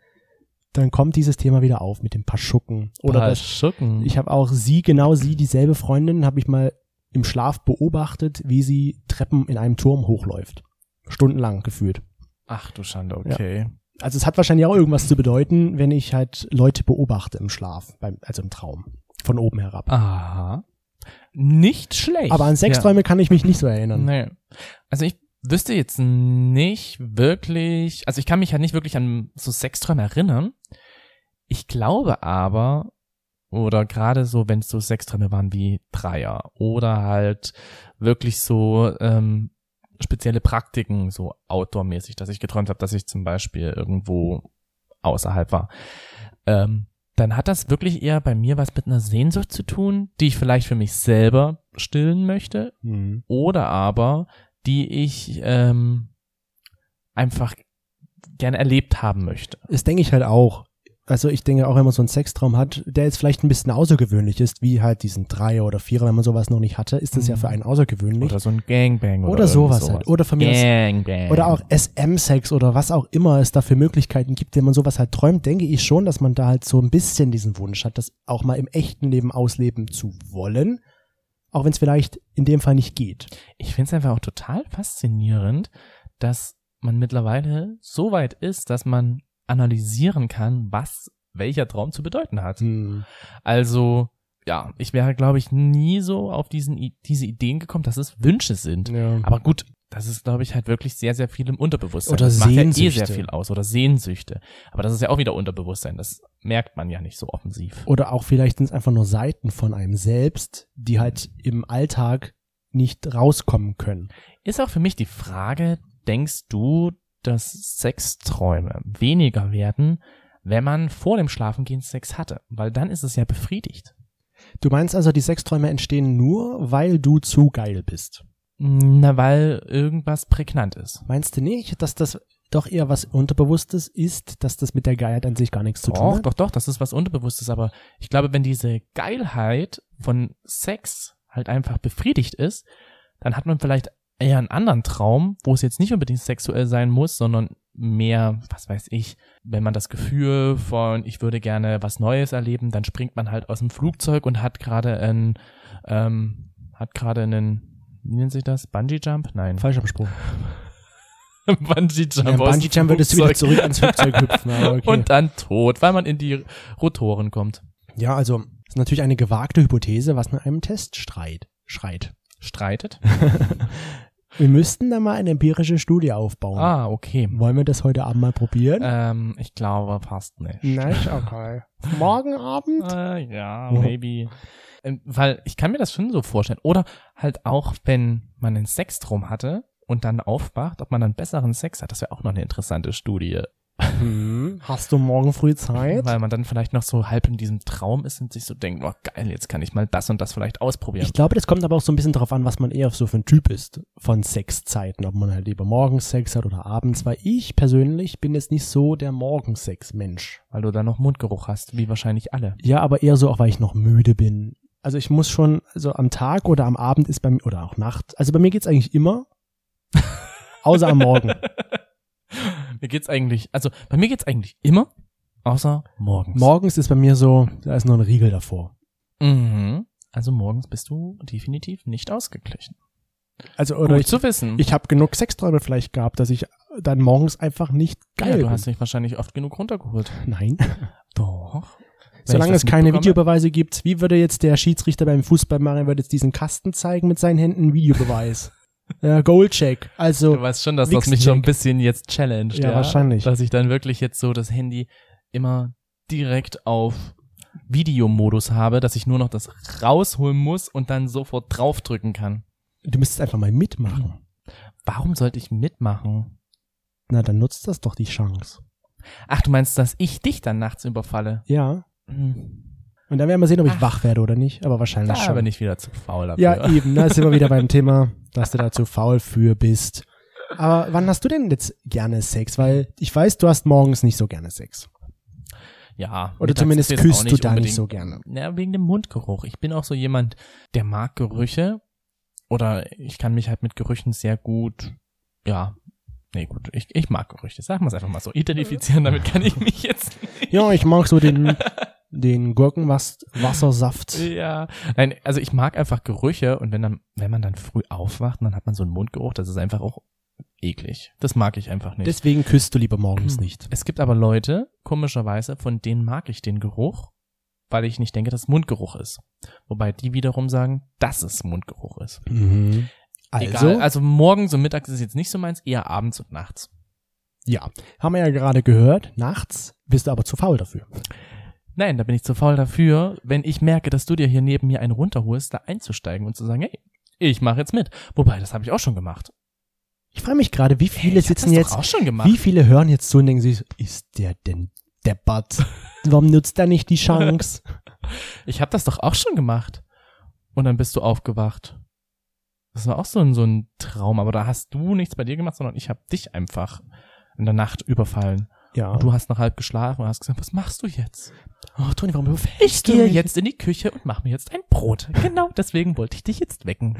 dann kommt dieses Thema wieder auf mit dem Paschucken. Oder das,
Schucken.
ich habe auch sie, genau sie, dieselbe Freundin, habe ich mal im Schlaf beobachtet, wie sie Treppen in einem Turm hochläuft. Stundenlang gefühlt.
Ach du Schande, okay.
Also es hat wahrscheinlich auch irgendwas zu bedeuten, wenn ich halt Leute beobachte im Schlaf, beim, also im Traum, von oben
Ah,
herab.
Aha. Nicht schlecht.
Aber an Sexträume kann ich mich nicht so erinnern.
Nee. Also ich wüsste jetzt nicht wirklich, also ich kann mich ja nicht wirklich an so Sexträume erinnern. Ich glaube aber, oder gerade so, wenn es so Sexträume waren wie Dreier oder halt wirklich so ähm, spezielle Praktiken, so outdoor-mäßig, dass ich geträumt habe, dass ich zum Beispiel irgendwo außerhalb war. Ähm, dann hat das wirklich eher bei mir was mit einer Sehnsucht zu tun, die ich vielleicht für mich selber stillen möchte,
Hm.
oder aber die ich ähm, einfach gerne erlebt haben möchte.
Das denke ich halt auch. Also ich denke auch, wenn man so einen Sextraum hat, der jetzt vielleicht ein bisschen außergewöhnlich ist, wie halt diesen Dreier oder Vierer, wenn man sowas noch nicht hatte, ist das ja für einen außergewöhnlich.
Oder so ein Gangbang oder,
Oder sowas halt. Oder von mir aus-
Gangbang.
Oder auch SM-Sex oder was auch immer es da für Möglichkeiten gibt, wenn man sowas halt träumt, denke ich schon, dass man da halt so ein bisschen diesen Wunsch hat, das auch mal im echten Leben ausleben zu wollen, auch wenn es vielleicht in dem Fall nicht geht.
Ich finde es einfach auch total faszinierend, dass man mittlerweile so weit ist, dass man analysieren kann, was welcher Traum zu bedeuten hat.
Hm.
Also ja, ich wäre, glaube ich, nie so auf diesen, I- diese Ideen gekommen, dass es Wünsche sind.
Ja.
Aber gut, das ist, glaube ich, halt wirklich sehr, sehr viel im Unterbewusstsein.
Oder
das macht ja eh
Sehnsüchte.
sehr viel aus. Oder Sehnsüchte. Aber das ist ja auch wieder Unterbewusstsein. Das merkt man ja nicht so offensiv.
Oder auch vielleicht sind es einfach nur Seiten von einem selbst, die halt im Alltag nicht rauskommen können.
Ist auch für mich die Frage, denkst du, dass Sexträume weniger werden, wenn man vor dem Schlafengehen Sex hatte? Weil dann ist es ja befriedigt.
Du meinst also, die Sexträume entstehen nur, weil du zu geil bist. Hm.
Na, weil irgendwas prägnant ist.
Meinst du nicht, dass das doch eher was Unterbewusstes ist, dass das mit der Geilheit an sich gar nichts zu tun
Doch,
hat.
doch, doch, das ist was Unterbewusstes, aber ich glaube, wenn diese Geilheit von Sex halt einfach befriedigt ist, dann hat man vielleicht eher einen anderen Traum, wo es jetzt nicht unbedingt sexuell sein muss, sondern mehr, was weiß ich, wenn man das Gefühl von, ich würde gerne was Neues erleben, dann springt man halt aus dem Flugzeug und hat gerade einen, ähm, hat gerade einen, wie nennt sich das? Bungee Jump? Nein.
Fallschirmsprung.
Bungee Jump.
Ja,
aus dem
Bungee Jump würdest du wieder
Flugzeug.
zurück ans Flugzeug hüpfen. Aber okay.
Und dann tot, weil man in die Rotoren kommt.
ja, also ist natürlich eine gewagte Hypothese, was nach einem Test streit, schreit.
Streitet.
Wir müssten da mal eine empirische Studie aufbauen.
Ah, okay.
Wollen wir das heute Abend mal probieren?
Ähm, ich glaube fast nicht.
Nein, okay. Morgen Abend?
Äh,
Ja.
ja, maybe. Ähm, weil ich kann mir das schon so vorstellen. Oder halt auch, wenn man einen Sexstrom hatte und dann aufwacht, ob man dann besseren Sex hat. Das wäre auch noch eine interessante Studie.
Hm. Hast du morgen früh Zeit?
Mhm. Weil man dann vielleicht noch so halb in diesem Traum ist und sich so denkt, oh geil, jetzt kann ich mal das und das vielleicht ausprobieren.
Ich glaube, das kommt aber auch so ein bisschen darauf an, was man eher so für ein Typ ist von Sexzeiten, ob man halt lieber morgens Sex hat oder abends, weil ich persönlich bin jetzt nicht so der Morgensex-Mensch.
Weil du dann noch Mundgeruch hast, wie wahrscheinlich alle.
Ja, aber eher so, auch weil ich noch müde bin. Also ich muss schon, also am Tag oder am Abend ist bei mir, oder auch Nacht, also bei mir geht's eigentlich immer, außer am Morgen.
Mir geht's eigentlich, also bei mir geht's eigentlich immer, außer morgens.
Morgens ist bei mir so, da ist noch ein Riegel davor.
Mhm. Also morgens bist du definitiv nicht ausgeglichen.
Also oder
Gut
ich,
zu wissen.
ich habe genug Sexträume vielleicht gehabt, dass ich dann morgens einfach nicht
ja,
geil
du
bin.
hast dich wahrscheinlich oft genug runtergeholt.
Nein.
Doch. Wenn
Solange
ich das
es keine
mitbekomme-
Videobeweise gibt, wie würde jetzt der Schiedsrichter beim Fußball machen, er würde jetzt diesen Kasten zeigen mit seinen Händen, Videobeweis. ja, Goalcheck.
Du
Also,
weißt schon, dass das mich schon ein bisschen jetzt challenged.
Ja, wahrscheinlich.
Dass ich dann wirklich jetzt so das Handy immer direkt auf Videomodus habe, dass ich nur noch das rausholen muss und dann sofort draufdrücken kann.
du müsstest einfach mal mitmachen.
Warum sollte ich mitmachen?
Na, dann nutzt das doch die Chance.
Ach, du meinst, dass ich dich dann nachts überfalle?
Ja.
Hm.
Und dann werden wir sehen, ob ich
Ach.
wach werde oder nicht, aber wahrscheinlich
Da
schon.
bin ich wieder zu faul dafür.
Ja, eben, da sind wir wieder beim Thema, dass du da zu faul für bist. Aber wann hast du denn jetzt gerne Sex? Weil ich weiß, du hast morgens nicht so gerne Sex.
Ja.
Oder
mittags
zumindest
ist jetzt auch
küsst du da
unbedingt-
nicht so gerne.
Ja, wegen dem Mundgeruch. Ich bin auch so jemand, der mag Gerüche. Oder ich kann mich halt mit Gerüchen sehr gut, ja. Nee, gut, ich, ich mag Gerüche. Sagen wir es einfach mal so. Identifizieren, damit kann ich mich jetzt
Ja, ich mag so den, den Gurkenwassersaft.
Ja. Nein, also ich mag einfach Gerüche und wenn dann, wenn man dann früh aufwacht, dann hat man so einen Mundgeruch, das ist einfach auch eklig. Das mag ich einfach nicht.
Deswegen küsst du lieber morgens nicht.
Es gibt aber Leute, komischerweise, von denen mag ich den Geruch, weil ich nicht denke, dass es Mundgeruch ist. Wobei die wiederum sagen, dass es Mundgeruch ist.
Also,
Egal, also morgens und mittags ist jetzt nicht so meins, eher abends und nachts.
ja, haben wir ja gerade gehört, nachts bist du aber zu faul dafür.
Nein, da bin ich zu faul dafür, wenn ich merke, dass du dir hier neben mir einen runterholst, da einzusteigen und zu sagen, hey, ich mache jetzt mit. Wobei, das habe ich auch schon gemacht.
Ich frage mich gerade, wie viele
ich hab
sitzen
das
jetzt,
doch auch schon gemacht.
wie viele hören jetzt zu und denken sich, ist der denn deppert? Warum nutzt er nicht die Chance?
Ich habe das doch auch schon gemacht. Und dann bist du aufgewacht. Das war auch so ein, so ein Traum, aber da hast du nichts bei dir gemacht, sondern ich habe dich einfach in der Nacht überfallen.
Ja.
Und du hast noch halb geschlafen und hast gesagt, was machst du jetzt?
Oh, Toni, warum überfällst
Ich
du
gehe
mich?
jetzt in die Küche und mache mir jetzt ein Brot. Genau deswegen wollte ich dich jetzt wecken.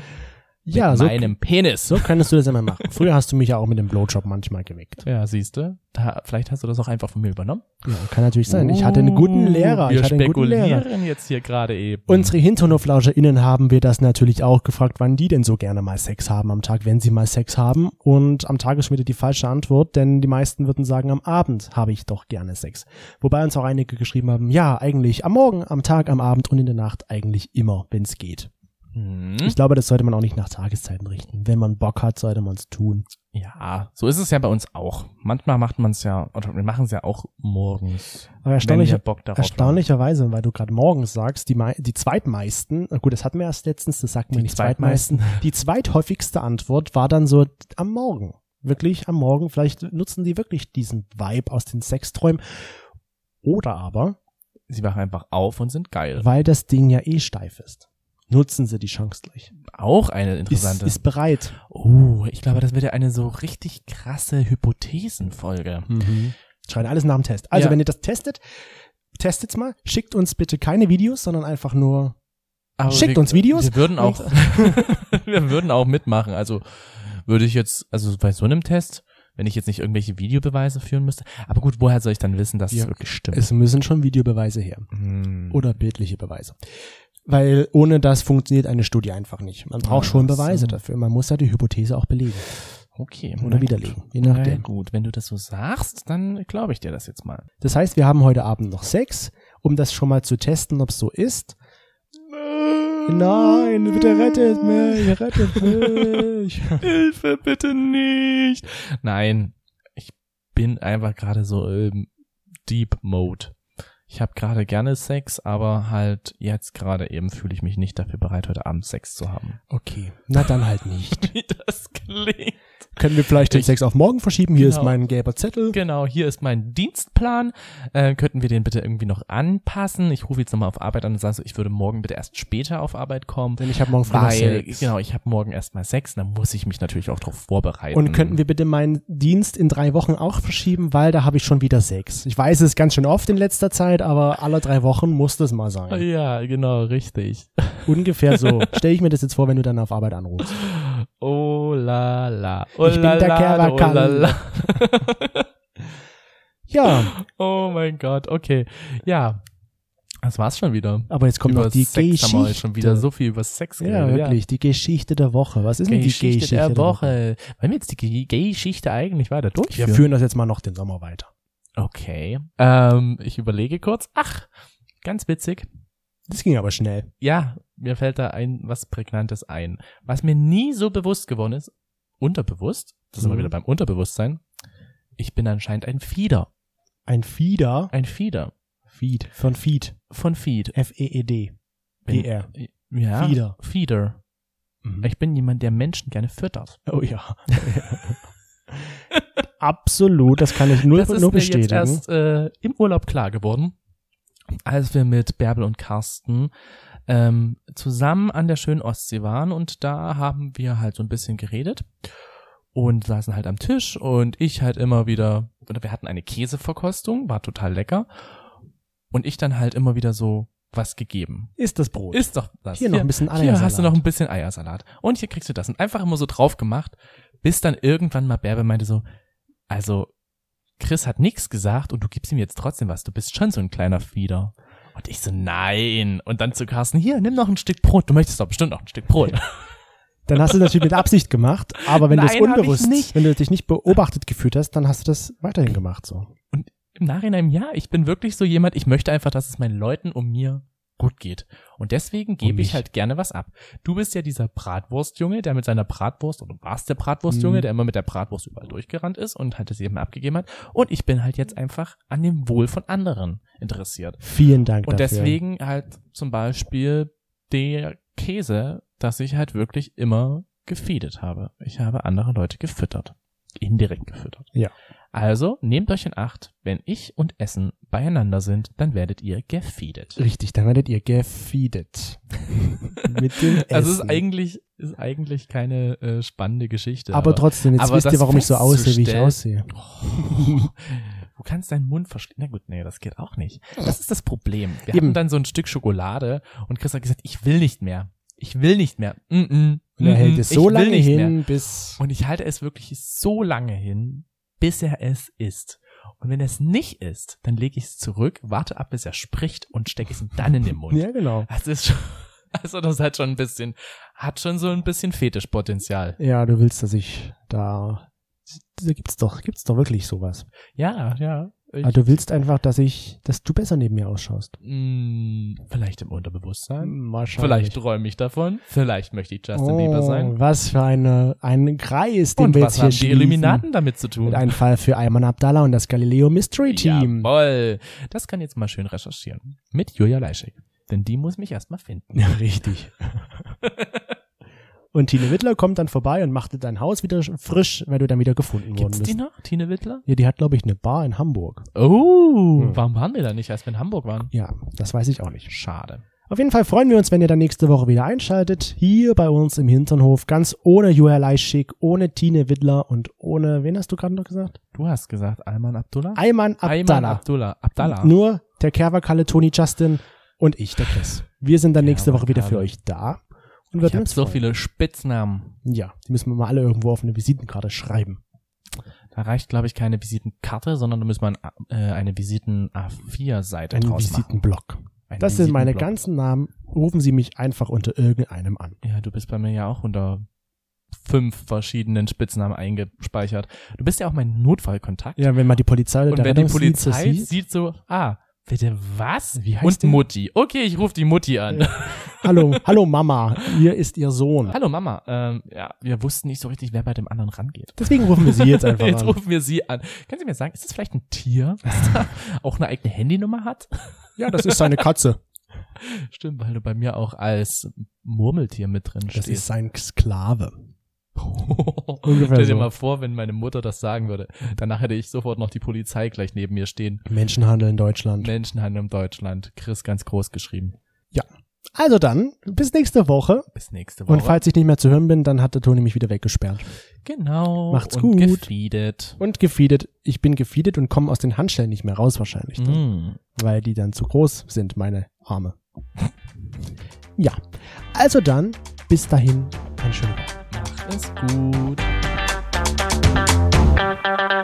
Ja,
mit
so,
meinem Penis.
so könntest du das immer machen. Früher hast du mich ja auch mit dem Blowjob manchmal geweckt.
Ja, siehst du. Da, vielleicht hast du das auch einfach von mir übernommen. Uh,
Ja, kann natürlich sein. Ich hatte einen guten Lehrer.
Wir
ich hatte einen guten
spekulieren
Lehrer.
jetzt hier gerade eben.
Unsere HinternhoflauscherInnen haben wir das natürlich auch gefragt, wann die denn so gerne mal Sex haben am Tag, wenn sie mal Sex haben. Und am Tag ist schon wieder die falsche Antwort, denn die meisten würden sagen, am Abend habe ich doch gerne Sex. Wobei uns auch einige geschrieben haben, ja, eigentlich am Morgen, am Tag, am Abend und in der Nacht eigentlich immer, wenn es geht.
Hm.
Ich glaube, das sollte man auch nicht nach Tageszeiten richten. Wenn man Bock hat, sollte man es tun.
Ja, so ist es ja bei uns auch. Manchmal macht man es ja, oder wir machen es ja auch morgens.
Aber
Wenn
erstaunlich,
wir Bock darauf
erstaunlicherweise, weil du gerade morgens sagst, die, mei- die zweitmeisten, na gut, das hatten wir erst letztens, das sagt man
Die
nicht zweitmeisten, die zweithäufigste Antwort war dann so am Morgen. Wirklich am Morgen, vielleicht nutzen die wirklich diesen Vibe aus den Sexträumen. Oder aber,
haben. Sie wachen einfach auf und sind geil.
weil das Ding ja eh steif ist. Nutzen Sie die Chance gleich.
Auch eine
Ist,
interessante.
ist bereit.
oh, ich glaube, das wird ja eine so richtig krasse Hypothesenfolge.
Schreit alles nach dem Test. Also,
Mhm. Ja.
wenn ihr das testet, testet's mal. Schickt uns bitte keine Videos, sondern einfach nur
Aber
Schickt
wir,
uns Videos
Wir würden auch, wir würden auch mitmachen. Also würde ich jetzt, also bei so einem Test, wenn ich jetzt nicht irgendwelche Videobeweise führen müsste. Aber gut, woher soll ich dann wissen, dass
Ja.
es wirklich stimmt?
Es müssen schon Videobeweise her.
Hm.
Oder bildliche Beweise. Weil ohne das funktioniert eine Studie einfach nicht. Man braucht
Ach
schon Beweise
so.
dafür. Man muss ja die Hypothese auch belegen.
okay,
Oder
na gut.
widerlegen, je
Na
nachdem.
gut, wenn du das so sagst, dann glaube ich dir das jetzt mal.
Das heißt, wir haben heute Abend noch Sex, um das schon mal zu testen, ob es so ist. Nein, bitte rettet mich, rettet mich.
Hilfe, bitte nicht. Nein, ich bin einfach gerade so im Deep Mode. Ich habe gerade gerne Sex, aber halt jetzt gerade eben fühle ich mich nicht dafür bereit, heute Abend Sex zu haben.
Okay, na dann halt nicht.
Wie das klingt.
Können wir vielleicht den
Ich-
Sex auf morgen verschieben? Hier ist
Genau.
mein gelber Zettel.
Genau, hier ist mein Dienstplan. Äh, könnten wir den bitte irgendwie noch anpassen? Ich rufe jetzt nochmal auf Arbeit an und sage so, ich würde morgen bitte erst später auf Arbeit kommen.
Denn ich habe morgen früh noch
Weil,
Sex.
genau, ich habe morgen erstmal Sex, dann muss ich mich natürlich auch darauf vorbereiten.
Und könnten wir bitte meinen Dienst in drei Wochen auch verschieben, weil da habe ich schon wieder Sex. Ich weiß es ganz schön oft in letzter Zeit, aber alle drei Wochen muss das mal sein.
Ja, genau, richtig.
Ungefähr so. Stelle ich mir das jetzt vor, wenn du dann auf Arbeit anrufst.
Oh la la. Oh
Ich bin
la
der
la,
Kerwakan.
Oh, la, la.
Ja,
oh mein Gott, okay. Ja. Das war's schon wieder.
aber jetzt kommt
über
noch die
Sex haben wir heute
Geschichte.
schon wieder so viel über Sex
ja,
geredet.
wirklich, die Geschichte der Woche. Was ist
Ja.
denn
Geschichte,
die Geschichte
der Woche. Wollen wir jetzt die Ge- Geschichte eigentlich weiter
Wir
durchführen?
führen das jetzt mal noch den Sommer weiter.
okay. Ähm, ich überlege kurz. Ach, ganz witzig.
Das ging aber schnell.
Ja, mir fällt da ein was Prägnantes ein. Was mir nie so bewusst geworden ist, unterbewusst, das sind wir
Mhm.
wieder beim Unterbewusstsein, ich bin anscheinend ein Fieder.
Ein Feeder.
Ein Fieder.
Feed. Von Feed. E
Von Feed.
F-E-E-D.
Bin-
E-R.
Ja.
E Feeder.
Feeder.
Mhm.
Ich bin jemand, der Menschen gerne füttert.
Oh ja. Absolut, das kann ich nur,
das ist
nur
mir jetzt
bestätigen.
erst äh, im Urlaub klar geworden, als wir mit Bärbel und Carsten ähm, zusammen an der schönen Ostsee waren und da haben wir halt so ein bisschen geredet und saßen halt am Tisch und ich halt immer wieder, oder wir hatten eine Käseverkostung, war total lecker und ich dann halt immer wieder so was gegeben.
ist das Brot.
Ist doch das.
hier noch ein bisschen Eier.
Hier hast du noch ein bisschen Eiersalat. Und hier kriegst du das. Und einfach immer so drauf gemacht, bis dann irgendwann mal Bärbel meinte so, also Chris hat nichts gesagt und du gibst ihm jetzt trotzdem was. Du bist schon so ein kleiner Fieder. Und ich so, nein. Und dann zu Carsten, hier, nimm noch ein Stück Brot. Du möchtest doch bestimmt noch ein Stück Brot.
Dann hast du das natürlich mit Absicht gemacht, aber wenn du es
Nein, hab ich
unbewusst,
nicht.
wenn du dich nicht beobachtet gefühlt hast, dann hast du das weiterhin gemacht so.
Im Nachhinein, ja, ich bin wirklich so jemand, ich möchte einfach, dass es meinen Leuten um mir gut geht. Und deswegen gebe ich
mich.
halt gerne was ab. Du bist ja dieser Bratwurstjunge, der mit seiner Bratwurst, oder warst der Bratwurstjunge,
Mhm.
der immer mit der Bratwurst überall durchgerannt ist und halt das jedem abgegeben hat. Und ich bin halt jetzt einfach an dem Wohl von anderen interessiert.
Vielen Dank
Und
dafür.
deswegen halt zum Beispiel der Käse, dass ich halt wirklich immer gefeedet habe. Ich habe andere Leute gefüttert. Indirekt gefüttert.
Ja.
Also nehmt euch in Acht, wenn ich und Essen beieinander sind, dann werdet ihr gefeedet.
Richtig, dann werdet ihr gefeedet. mit dem Essen.
Also es ist eigentlich, ist eigentlich keine äh, spannende Geschichte.
aber, trotzdem, jetzt
aber
wisst
das
ihr, warum ich so aussehe, wie ich
festzustellen-
aussehe.
Du kannst deinen Mund verstehen. Na gut, nee, das geht auch nicht. Das ist das Problem. Wir
Hm. Eben.
hatten dann so ein Stück Schokolade und Chris hat gesagt, ich will nicht mehr. Ich will nicht mehr. Mm -mm,
Und er
mm,
hält
mm,
es so
ich will
lange
nicht mehr.
hin, bis
Und ich halte es wirklich so lange hin, bis er es isst. Und wenn er es nicht isst, dann lege ich es zurück, warte ab, bis er spricht und stecke es ihm dann in den Mund.
ja genau.
Das ist schon, also das hat schon ein bisschen, hat schon so ein bisschen Fetischpotenzial.
Ja, du willst, dass ich da da gibt's doch gibt's doch wirklich sowas.
Ja, ja. Ich,
Aber du willst einfach, dass ich, dass du besser neben mir ausschaust.
mh, Hm, vielleicht im Unterbewusstsein.
Hm, Wahrscheinlich.
Hm,
Oh,
Vielleicht träume ich davon. Vielleicht möchte ich Justin Bieber sein.
Was für eine, ein Kreis, den
Und
wir jetzt
was
hier
haben die
schließen.
Illuminaten damit zu tun?
Mit einem Fall für Ayman Abdallah und das Galileo Mystery Team.
Jawoll. Das kann jetzt mal schön recherchieren. Mit Julia Leischek. Denn die muss mich erstmal finden.
Ja, richtig. und Tine Wittler kommt dann vorbei und macht dein Haus wieder frisch, weil du dann wieder gefunden worden
Gibt's
bist.
die noch? Tine Wittler?
ja, die hat, glaube ich, eine Bar in Hamburg.
Oh,
Hm.
warum waren wir da nicht, als wir in Hamburg waren?
Ja, das weiß ich auch nicht.
Schade.
Auf jeden Fall freuen wir uns, wenn ihr dann nächste Woche wieder einschaltet. Hier bei uns im Hinternhof, ganz ohne Julia Leischik, ohne Tine Wittler und ohne, wen hast du gerade noch gesagt?
Du hast gesagt, Alman Abdullah?
Ayman
Ayman
Abdallah.
Abdullah. Abdallah.
Nur der Kerberkalle, Toni Justin und ich, der Chris. Wir sind dann nächste Woche wieder für
Kerberkalle.
euch da. Und
ich
würden
habe
uns
so
freuen.
viele Spitznamen.
Ja, die müssen wir mal alle irgendwo auf eine Visitenkarte schreiben.
Da reicht, glaube ich, keine Visitenkarte, sondern da muss man äh, eine Visiten-A4-Seite
Einen
draus machen.
Visitenblock.
Einen
Das sind meine
Visitenblock.
ganzen Namen. Rufen Sie mich einfach unter irgendeinem an.
Ja, du bist bei mir ja auch unter fünf verschiedenen Spitznamen eingespeichert. Du bist ja auch mein Notfallkontakt.
Ja, wenn mal die Polizei oder
und
der
wenn die
Rettungsdienst das
Polizei
sieht,
sieht, so, ah, bitte was?
Wie heißt
Und
der?
Mutti. Okay, ich rufe die Mutti an.
Hallo, hallo Mama, hier ist Ihr Sohn.
Hallo Mama. Ähm, ja, wir wussten nicht so richtig, wer bei dem anderen rangeht.
Deswegen rufen wir Sie jetzt einfach
Jetzt
an.
rufen wir sie an. Können Sie mir sagen, ist das vielleicht ein Tier, das da auch eine eigene Handynummer hat?
Ja, das ist seine Katze.
Stimmt, weil du bei mir auch als Murmeltier mit drin
Das ist
stehst.
sein Sklave. Ungefähr
Stell dir
so.
mal vor, wenn meine Mutter das sagen würde. Danach hätte ich sofort noch die Polizei gleich neben mir stehen.
Menschenhandel in Deutschland.
Menschenhandel in Deutschland. Chris ganz groß geschrieben.
Also dann, bis nächste Woche.
Bis nächste Woche.
Und falls ich nicht mehr zu hören bin, dann hat der Toni mich wieder weggesperrt.
genau.
Macht's
und
gut.
Gefeedet.
Und gefeedet. Ich bin gefeedet und komme aus den Handstellen nicht mehr raus wahrscheinlich. Dann,
Mm.
Weil die dann zu groß sind, meine Arme. Ja. Also dann, bis dahin, einen schönen Tag.
Macht es gut.